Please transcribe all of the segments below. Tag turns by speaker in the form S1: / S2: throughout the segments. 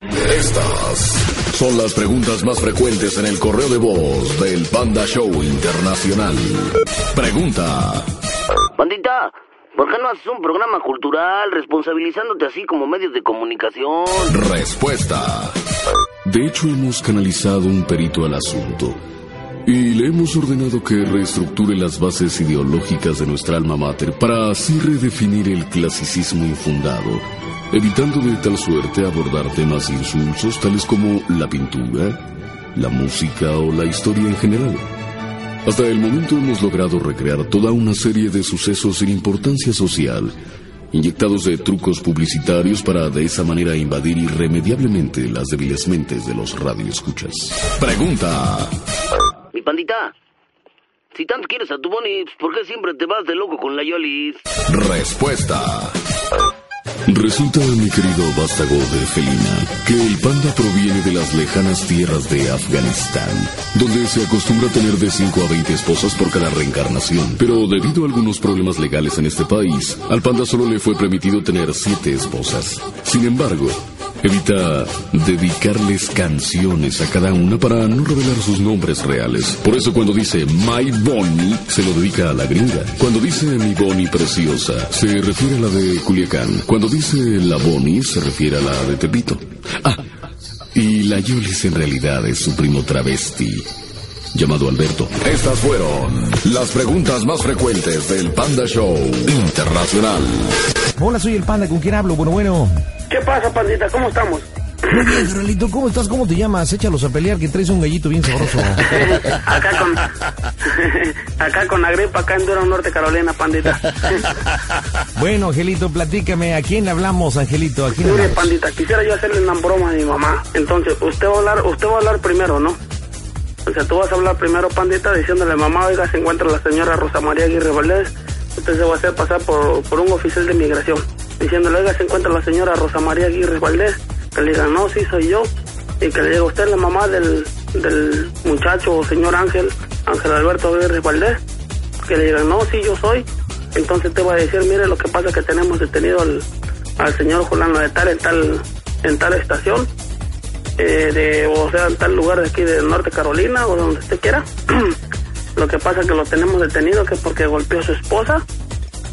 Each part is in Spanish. S1: Estas son las preguntas más frecuentes en el correo de voz del Panda Show Internacional. Pregunta.
S2: Pandita, ¿por qué no haces un programa cultural responsabilizándote así como medios de comunicación?
S1: Respuesta. De hecho, hemos canalizado un perito al asunto y le hemos ordenado que reestructure las bases ideológicas de nuestra alma mater para así redefinir el clasicismo infundado, evitando de tal suerte abordar temas insulsos tales como la pintura, la música o la historia en general. Hasta el momento hemos logrado recrear toda una serie de sucesos sin importancia social, inyectados de trucos publicitarios para de esa manera invadir irremediablemente las débiles mentes de los radioescuchas. Pregunta.
S2: Mi pandita, si tanto quieres a tu Bonnie, ¿por qué siempre te vas de loco con la Yolis?
S1: Respuesta. Resulta, mi querido vástago de Felina, que el panda proviene de las lejanas tierras de Afganistán, donde se acostumbra tener de 5 a 20 esposas por cada reencarnación. Pero debido a algunos problemas legales en este país, al panda solo le fue permitido tener 7 esposas. Sin embargo, evita dedicarles canciones a cada una para no revelar sus nombres reales. Por eso cuando dice My Bonnie, se lo dedica a la gringa. Cuando dice Mi Bonnie preciosa, se refiere a la de Culiacán. Cuando dice La Bonnie, se refiere a la de Tepito. Ah, y la Yolis en realidad es su primo travesti. Llamado Alberto. Estas fueron las preguntas más frecuentes del Panda Show Internacional.
S3: Hola, soy el Panda, ¿con quién hablo? Bueno, bueno.
S4: ¿Qué pasa, pandita? ¿Cómo estamos?
S3: Muy bien, Israelito, ¿cómo estás? ¿Cómo te llamas? Échalos a pelear que traes un gallito bien sabroso.
S4: acá con acá con la gripa, acá en Durán, Norte Carolina, pandita.
S3: Bueno, Angelito, platícame, ¿a quién hablamos, Angelito? ¿A quién
S4: Mire,
S3: hablamos?
S4: pandita, quisiera yo hacerle una broma a mi mamá. Entonces, usted va a hablar, usted va a hablar primero, ¿no? O sea, tú vas a hablar primero, pandita, diciéndole, mamá, oiga, se encuentra la señora Rosa María Aguirre Valdés. Usted se va a hacer pasar por, por un oficial de migración. Diciéndole, oiga, se encuentra la señora Rosa María Aguirre Valdés. Que le diga, no, sí, soy yo. Y que le diga, usted es la mamá del, del muchacho, señor Ángel, Ángel Alberto Aguirre Valdés. Que le digan, no, sí, yo soy. Entonces te va a decir, mire, lo que pasa es que tenemos detenido al, al señor Julano de tal en tal, en tal estación eh, de, o sea, en tal lugar de aquí de Norte Carolina o donde usted quiera. lo que pasa es que lo tenemos detenido que porque golpeó a su esposa,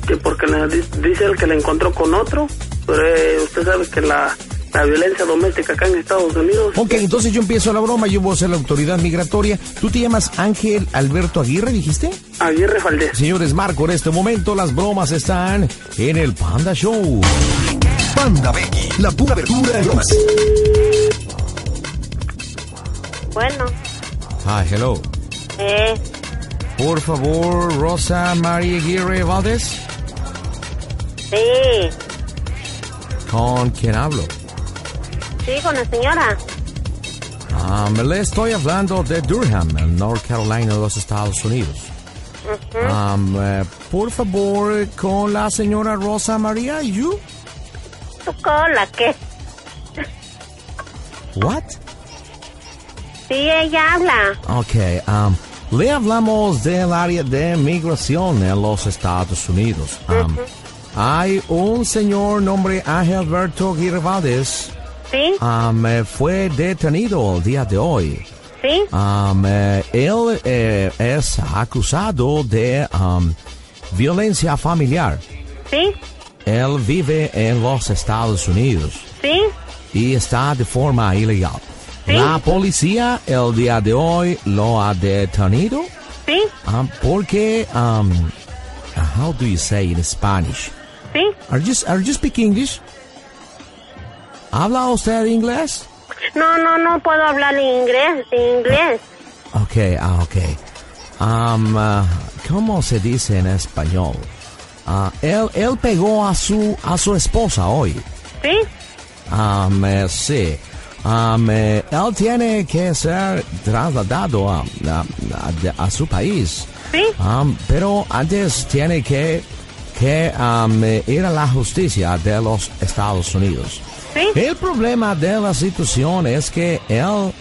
S4: que porque le di- dice él que la encontró con otro, pero eh, usted sabe que la, la violencia doméstica acá en Estados Unidos
S3: Ok, entonces yo empiezo la broma, yo voy a ser la autoridad migratoria. ¿Tú te llamas Ángel Alberto Aguirre, dijiste?
S4: Aguirre Valdés.
S3: Señores, marco en este momento, las bromas están en el Panda Show.
S5: Panda Becky, la pura verdura en bromas.
S6: Bueno,
S3: Ah, hello.
S6: eh,
S3: Por favor, Rosa María Aguirre Valdés.
S6: sí,
S3: ¿Con quién hablo?
S6: sí, con la señora.
S3: Ah, me le estoy hablando de Durham, en North Carolina, de los Estados Unidos. Ah, eh, por favor, con la señora Rosa María, ¿you?
S6: ¿Tu cola qué?
S3: What?
S6: Sí, ella habla.
S3: Ok, um, le hablamos del área de migración en los Estados Unidos. Um, Hay un señor nombre Ángel Alberto Aguirre Valdés,
S6: Sí,
S3: um, eh, fue detenido el día de hoy.
S6: sí,
S3: Um, eh, él eh, es acusado de um, violencia familiar.
S6: sí,
S3: Él vive en los Estados Unidos
S6: sí,
S3: y está de forma ilegal.
S6: Sí.
S3: La policía el día de hoy lo ha detenido
S6: sí,
S3: um, porque um, how do you say in Spanish?
S6: sí.
S3: Are you are you speak English? ¿Habla usted inglés?
S6: No, no, no puedo hablar inglés, inglés.
S3: Okay, ah, okay. Um, ah, ¿Cómo se dice en español? Ah, él, él pegó a su a su esposa hoy.
S6: Sí,
S3: Ah, Um, eh, sí. Am, eh, él tiene que ser trasladado a, a- a- de- a su país.
S6: Sí.
S3: Am, pero antes tiene que, que am, eh, ir a la justicia de los Estados Unidos.
S6: Sí.
S3: El problema de la situación es que él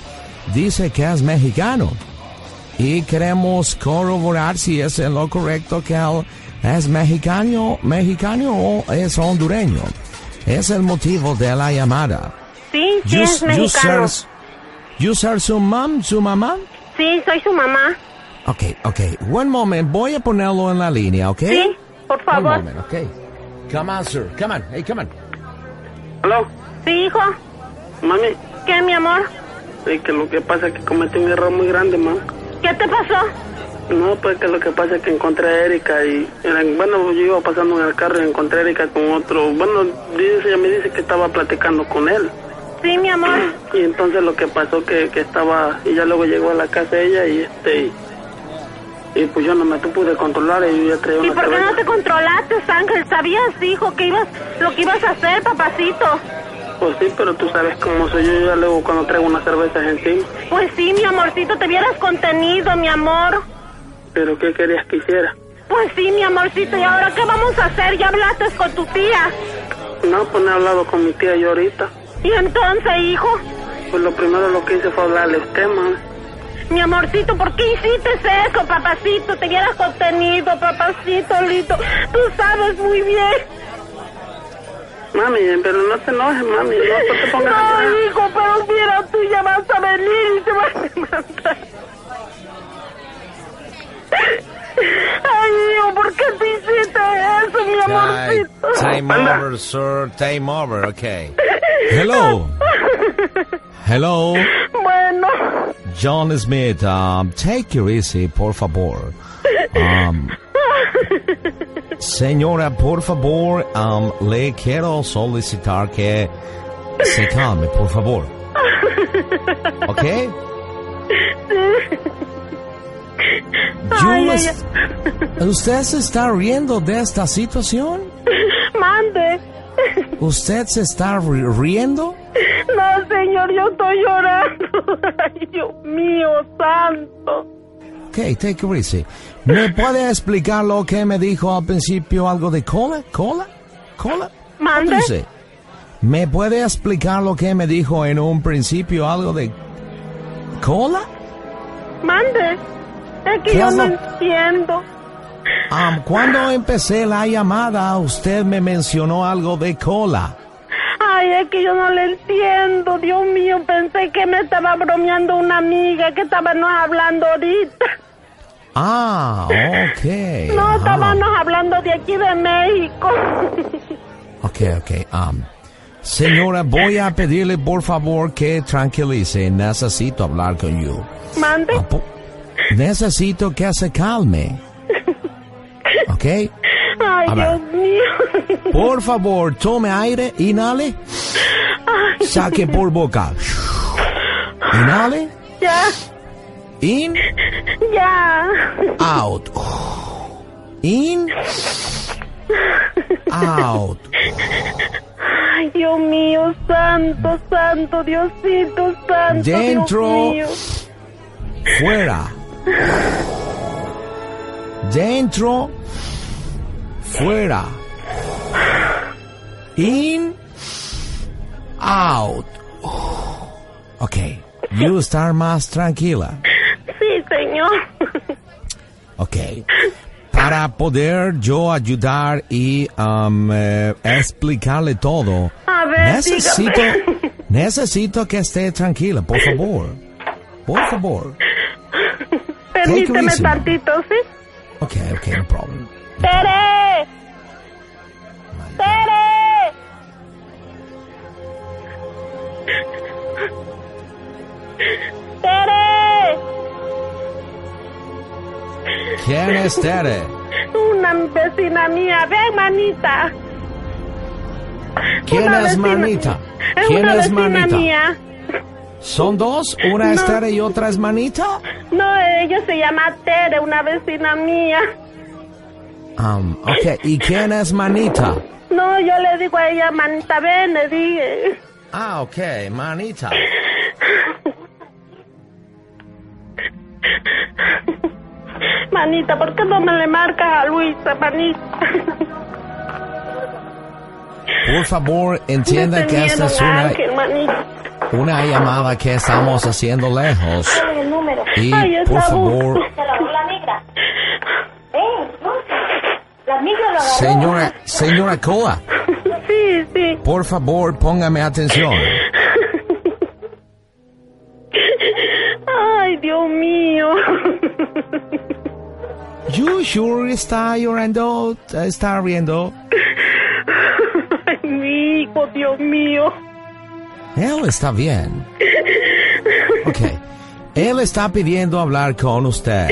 S3: dice que es mexicano y queremos corroborar si es en lo correcto que él es mexicano, mexicano o es hondureño. Es el motivo de la llamada.
S6: Sí, sí, es
S3: you
S6: mexicano.
S3: ser- you ser su mam, su mamá.
S6: Sí, soy su mamá.
S3: Ok, ok. One moment. Voy a ponerlo en la línea, ok?
S6: Sí, por
S3: One
S6: favor.
S3: moment, ok. Come on, sir. Come on. Hey, come on.
S4: ¿Aló?
S6: Sí, hijo.
S4: Mami,
S6: ¿Qué, mi amor?
S4: es que lo que pasa es que cometí un error muy grande, mami.
S6: ¿Qué te pasó?
S4: No, pues que lo que pasa es que encontré a Erika y era- bueno, yo iba pasando en el carro y encontré a Erika con otro, bueno, dice, ella me dice que estaba platicando con él.
S6: Sí, mi amor.
S4: Y entonces lo que pasó que, que estaba, y ya luego llegó a la casa ella y este, y, y pues yo no me pude controlar y yo ya traía
S6: ¿Y
S4: una
S6: por qué no
S4: cabeza.
S6: te controlaste, Ángel? ¿Sabías, hijo, que ibas, lo que ibas a hacer, papacito?
S4: Pues sí, pero tú sabes cómo soy yo, yo ya luego cuando traigo unas cervezas encima.
S6: Pues sí, mi amorcito, te hubieras contenido, mi amor.
S4: Pero ¿qué querías que hiciera?
S6: Pues sí, mi amorcito, ¿y ahora qué vamos a hacer? Ya hablaste con tu tía.
S4: No, pues no he hablado con mi tía yo ahorita.
S6: Y entonces, hijo,
S4: Pues lo primero lo que hice fue hablarle a usted, mami.
S6: mi amorcito, ¿por qué hiciste eso, papacito? Te hubieras contenido, papacito, lindo. Tú sabes muy bien.
S4: Mami, pero no te enojes, mami, no, no te pongas a
S6: No,
S4: llorar.
S6: hijo, pero mira, tú ya vas a venir y te vas a levantar. Ay, hijo, ¿por qué te hiciste eso, mi amorcito?
S4: Anda.
S3: sir. Time over. Ok. Hello. Hello.
S6: Bueno,
S3: John Smith, um, take it easy, por favor. Um, señora, por favor, um, le quiero solicitar que se calme, por favor. ¿Ok? Yo
S6: Ay, ay,
S3: es- ¿Usted se está riendo de esta situación?
S6: mande.
S3: ¿Usted se está ri- riendo?
S6: No, señor, yo estoy llorando. Ay, Dios mío, santo.
S3: Ok, take it easy. ¿Me puede explicar lo que me dijo al principio? ¿Algo de cola? ¿Cola? ¿Cola?
S6: ¿Mande?
S3: Dice, ¿me puede explicar lo que me dijo en un principio? ¿Algo de cola?
S6: Mande. Es que
S3: ¿Qué
S6: yo
S3: hago?
S6: no entiendo.
S3: Am, cuando empecé la llamada, usted me mencionó algo de cola.
S6: Ay, es que yo no le entiendo. Dios mío, pensé que me estaba bromeando una amiga que estábamos hablando ahorita.
S3: Ah, ok. Ah.
S6: No,
S3: ajá.
S6: estábamos hablando de aquí de México.
S3: Ok, ok. am. señora, voy a pedirle por favor que tranquilice. Necesito hablar con you.
S6: Mande.
S3: Ah, po- Necesito que se calme. Ok.
S6: Ay,
S3: Ah. a ver.
S6: Dios mío.
S3: Por favor, tome aire, inhale. Saque por boca. Inhale,
S6: Ya,
S3: in,
S6: ya.
S3: out. In, out.
S6: Ay, Dios mío, santo, santo, Diosito, santo.
S3: Dentro.
S6: Dios mío.
S3: Fuera. Dentro. Fuera. In. Out. Ok. You estar más tranquila.
S6: Sí, señor.
S3: Ok. Para poder yo ayudar y um, eh, explicarle todo,
S6: A ver,
S3: necesito,
S6: dígame.
S3: necesito que esté tranquila, por favor. Por favor.
S6: Permíteme
S3: easy.
S6: tantito, ¿sí?
S3: Ok, ok, no problem.
S6: ¡Tere! ¡Tere! ¡Tere!
S3: ¿Quién es Tere?
S6: Una vecina mía, ven, manita.
S3: ¿Quién
S6: Una
S3: es
S6: vecina-
S3: Manita?
S6: Es
S3: ¿Quién
S6: una
S3: es
S6: vecina
S3: Manita?
S6: mía.
S3: ¿Son dos? ¿Una es
S6: No.
S3: Tere y otra es Manita?
S6: No, ella se llama Tere, una vecina mía.
S3: Um, ok, ¿y quién es Manita?
S6: No, yo le digo a ella, manita, ven, le dije.
S3: Ah, ok, manita.
S6: Manita, ¿por qué no me le marca a Luisa, manita?
S3: Por favor, entienda
S6: Me
S3: que esta
S6: tenían
S3: es
S6: un
S3: una,
S6: ángel, manita.
S3: una llamada que estamos haciendo lejos.
S7: el número.
S3: Y
S6: Ay, está
S3: por favor,
S6: gusto.
S7: Pero la negra. Eh, no. La negra lo agarró.
S3: señora, señora Coa,
S6: Sí, sí.
S3: por favor, póngame atención.
S6: Ay, Dios mío.
S3: You sure está llorando, está riendo.
S6: Ay, mi hijo, Dios mío.
S3: Él está bien. Ok. Él está pidiendo hablar con usted.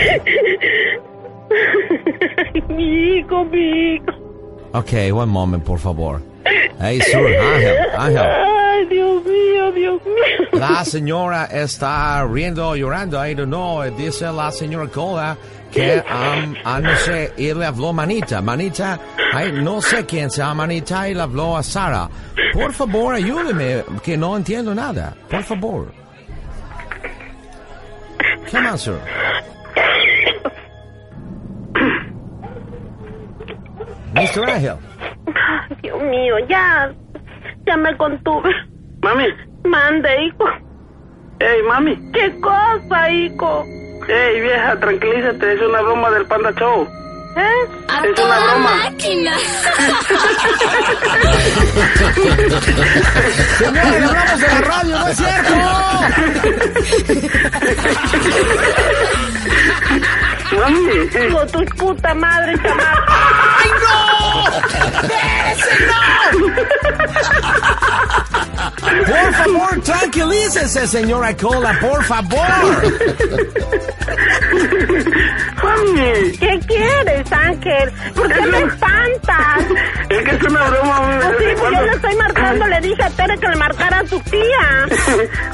S6: Ay, mi hijo, mi hijo.
S3: Ok, un momento, por favor. Hey, sir, Ángel, Ángel.
S6: Ay, Dios mío, Dios mío.
S3: La señora está riendo, llorando. I don't know. Dice la señora Cola que, um, ah, no sé, y le habló Manita. Manita, ay, no sé quién sea Manita y le habló a Sara. Por favor, ayúdeme, que no entiendo nada. Por favor. ¿Qué más, sir? Mr. Ángel.
S6: Ay, Dios mío, ya. Ya me contuve.
S4: Mami,
S6: Mande, hijo.
S4: hey, mami.
S6: ¿Qué cosa, hijo?
S4: Ey, vieja, tranquilízate, es una broma del Panda Show.
S6: ¿Eh?
S8: ¡A
S4: Es una
S8: toda
S4: broma.
S8: máquina!
S3: Señores, hablamos de la radio, no es cierto.
S4: Mami, eh,
S6: Digo, tu puta madre, chamaco.
S3: Por favor, tranquilícese, señora Cola, por favor.
S4: mami,
S6: ¿Qué quieres, Ángel? ¿Por qué me espantas?
S4: es que es una broma, mami.
S6: Pues sí,
S4: ¿desde
S6: pues yo
S4: cuándo?
S6: le estoy marcando, le dije a Tere que le marcara a tu tía.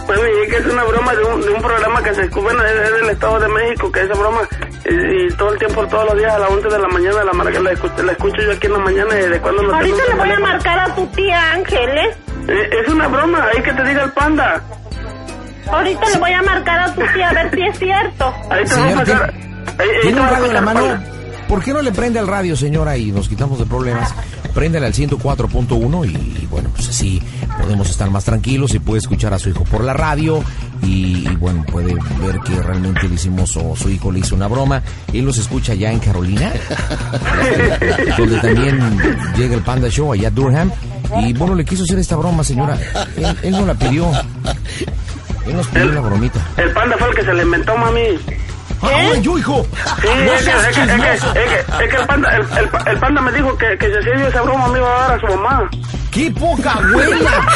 S4: Mami, es que es una broma de un, de un programa que se escucha en el, en el Estado de México, que esa broma, eh, y, todo el tiempo, todos los días, a las 11 de la mañana, la, marca, la, escucho, la escucho yo aquí en la mañana, y desde cuando no
S6: Ahorita le voy a marcar a tu tía Ángel, ¿eh?
S4: es una broma, ahí que te diga el panda.
S6: Ahorita le voy a marcar a tu tía a ver si es cierto.
S4: Ahí te
S3: Señor,
S4: va a pasar. ahí- ahí te
S3: ¿Tiene
S4: va
S3: un
S4: a
S3: radio en la
S4: pasar,
S3: mano?
S4: Panda.
S3: ¿Por qué no le prende el radio, señora, y nos quitamos de problemas? Préndele al 104.1 y, bueno, pues así podemos estar más tranquilos y puede escuchar a su hijo por la radio y, y, bueno, puede ver que realmente le hicimos o su hijo le hizo una broma. Él los escucha ya en Carolina, donde también llega el Panda Show allá a Durham. Y bueno, le quiso hacer esta broma, señora. Él, él no la pidió. Él nos pidió la bromita.
S4: El panda fue el que se le inventó, mami.
S3: ¡Ah, yo, hijo!
S4: ¿Eh? Sí, es que, es que, es que, es que- es que el panda, el, el pa- el panda me dijo que, que si hacía yo esa broma me iba a dar a su mamá.
S3: ¡Qué poca huella!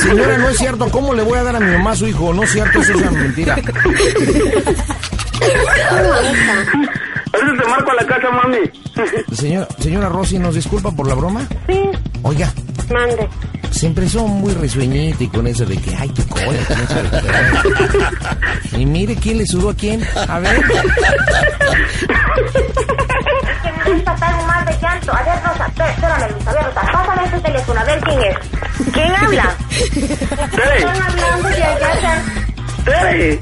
S3: Señora, no es cierto. ¿Cómo le voy a dar a mi mamá a su hijo? No es cierto, eso es una mentira.
S4: Ahorita te marco a la casa, mami.
S3: Señora, señora Rosy, ¿nos disculpa por la broma?
S6: Sí,
S3: Oiga,
S6: mande.
S3: siempre son muy risueñita y con eso de que, ay, tu cola, quién sabe qué". Y mire quién le sudó a quién. A ver.
S7: Que me va a empatar un mar de llanto. A ver, Rosa, espé- espérame, Luis. A ver, Rosa, pásame ese teléfono. A ver quién es. ¿Quién habla?
S4: Tere,
S7: Están hablando de allá. están-
S4: Tere,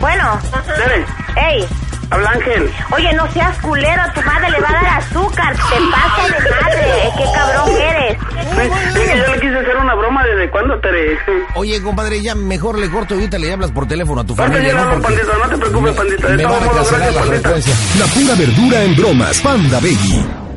S7: Bueno,
S4: Tere,
S7: hey.
S4: habla Ángel.
S7: Oye, no seas culero, a tu madre le va a dar azúcar, te pasa de madre, qué cabrón eres.
S4: Pues, Sí, es que yo le quise hacer una broma desde cuándo, Tere.
S3: Oye, compadre, ya mejor le corto ahorita le hablas por teléfono a tu
S4: Ahorita
S3: familia.
S4: yo le hablo,
S3: ¿no? Porque
S4: pandita, no te preocupes, pandita. De
S3: Me
S4: todos
S3: van a
S4: modos,
S3: cancelar
S4: gracias,
S3: la
S4: pandita.
S3: frecuencia.
S5: La pura verdura en bromas. Panda Veggie.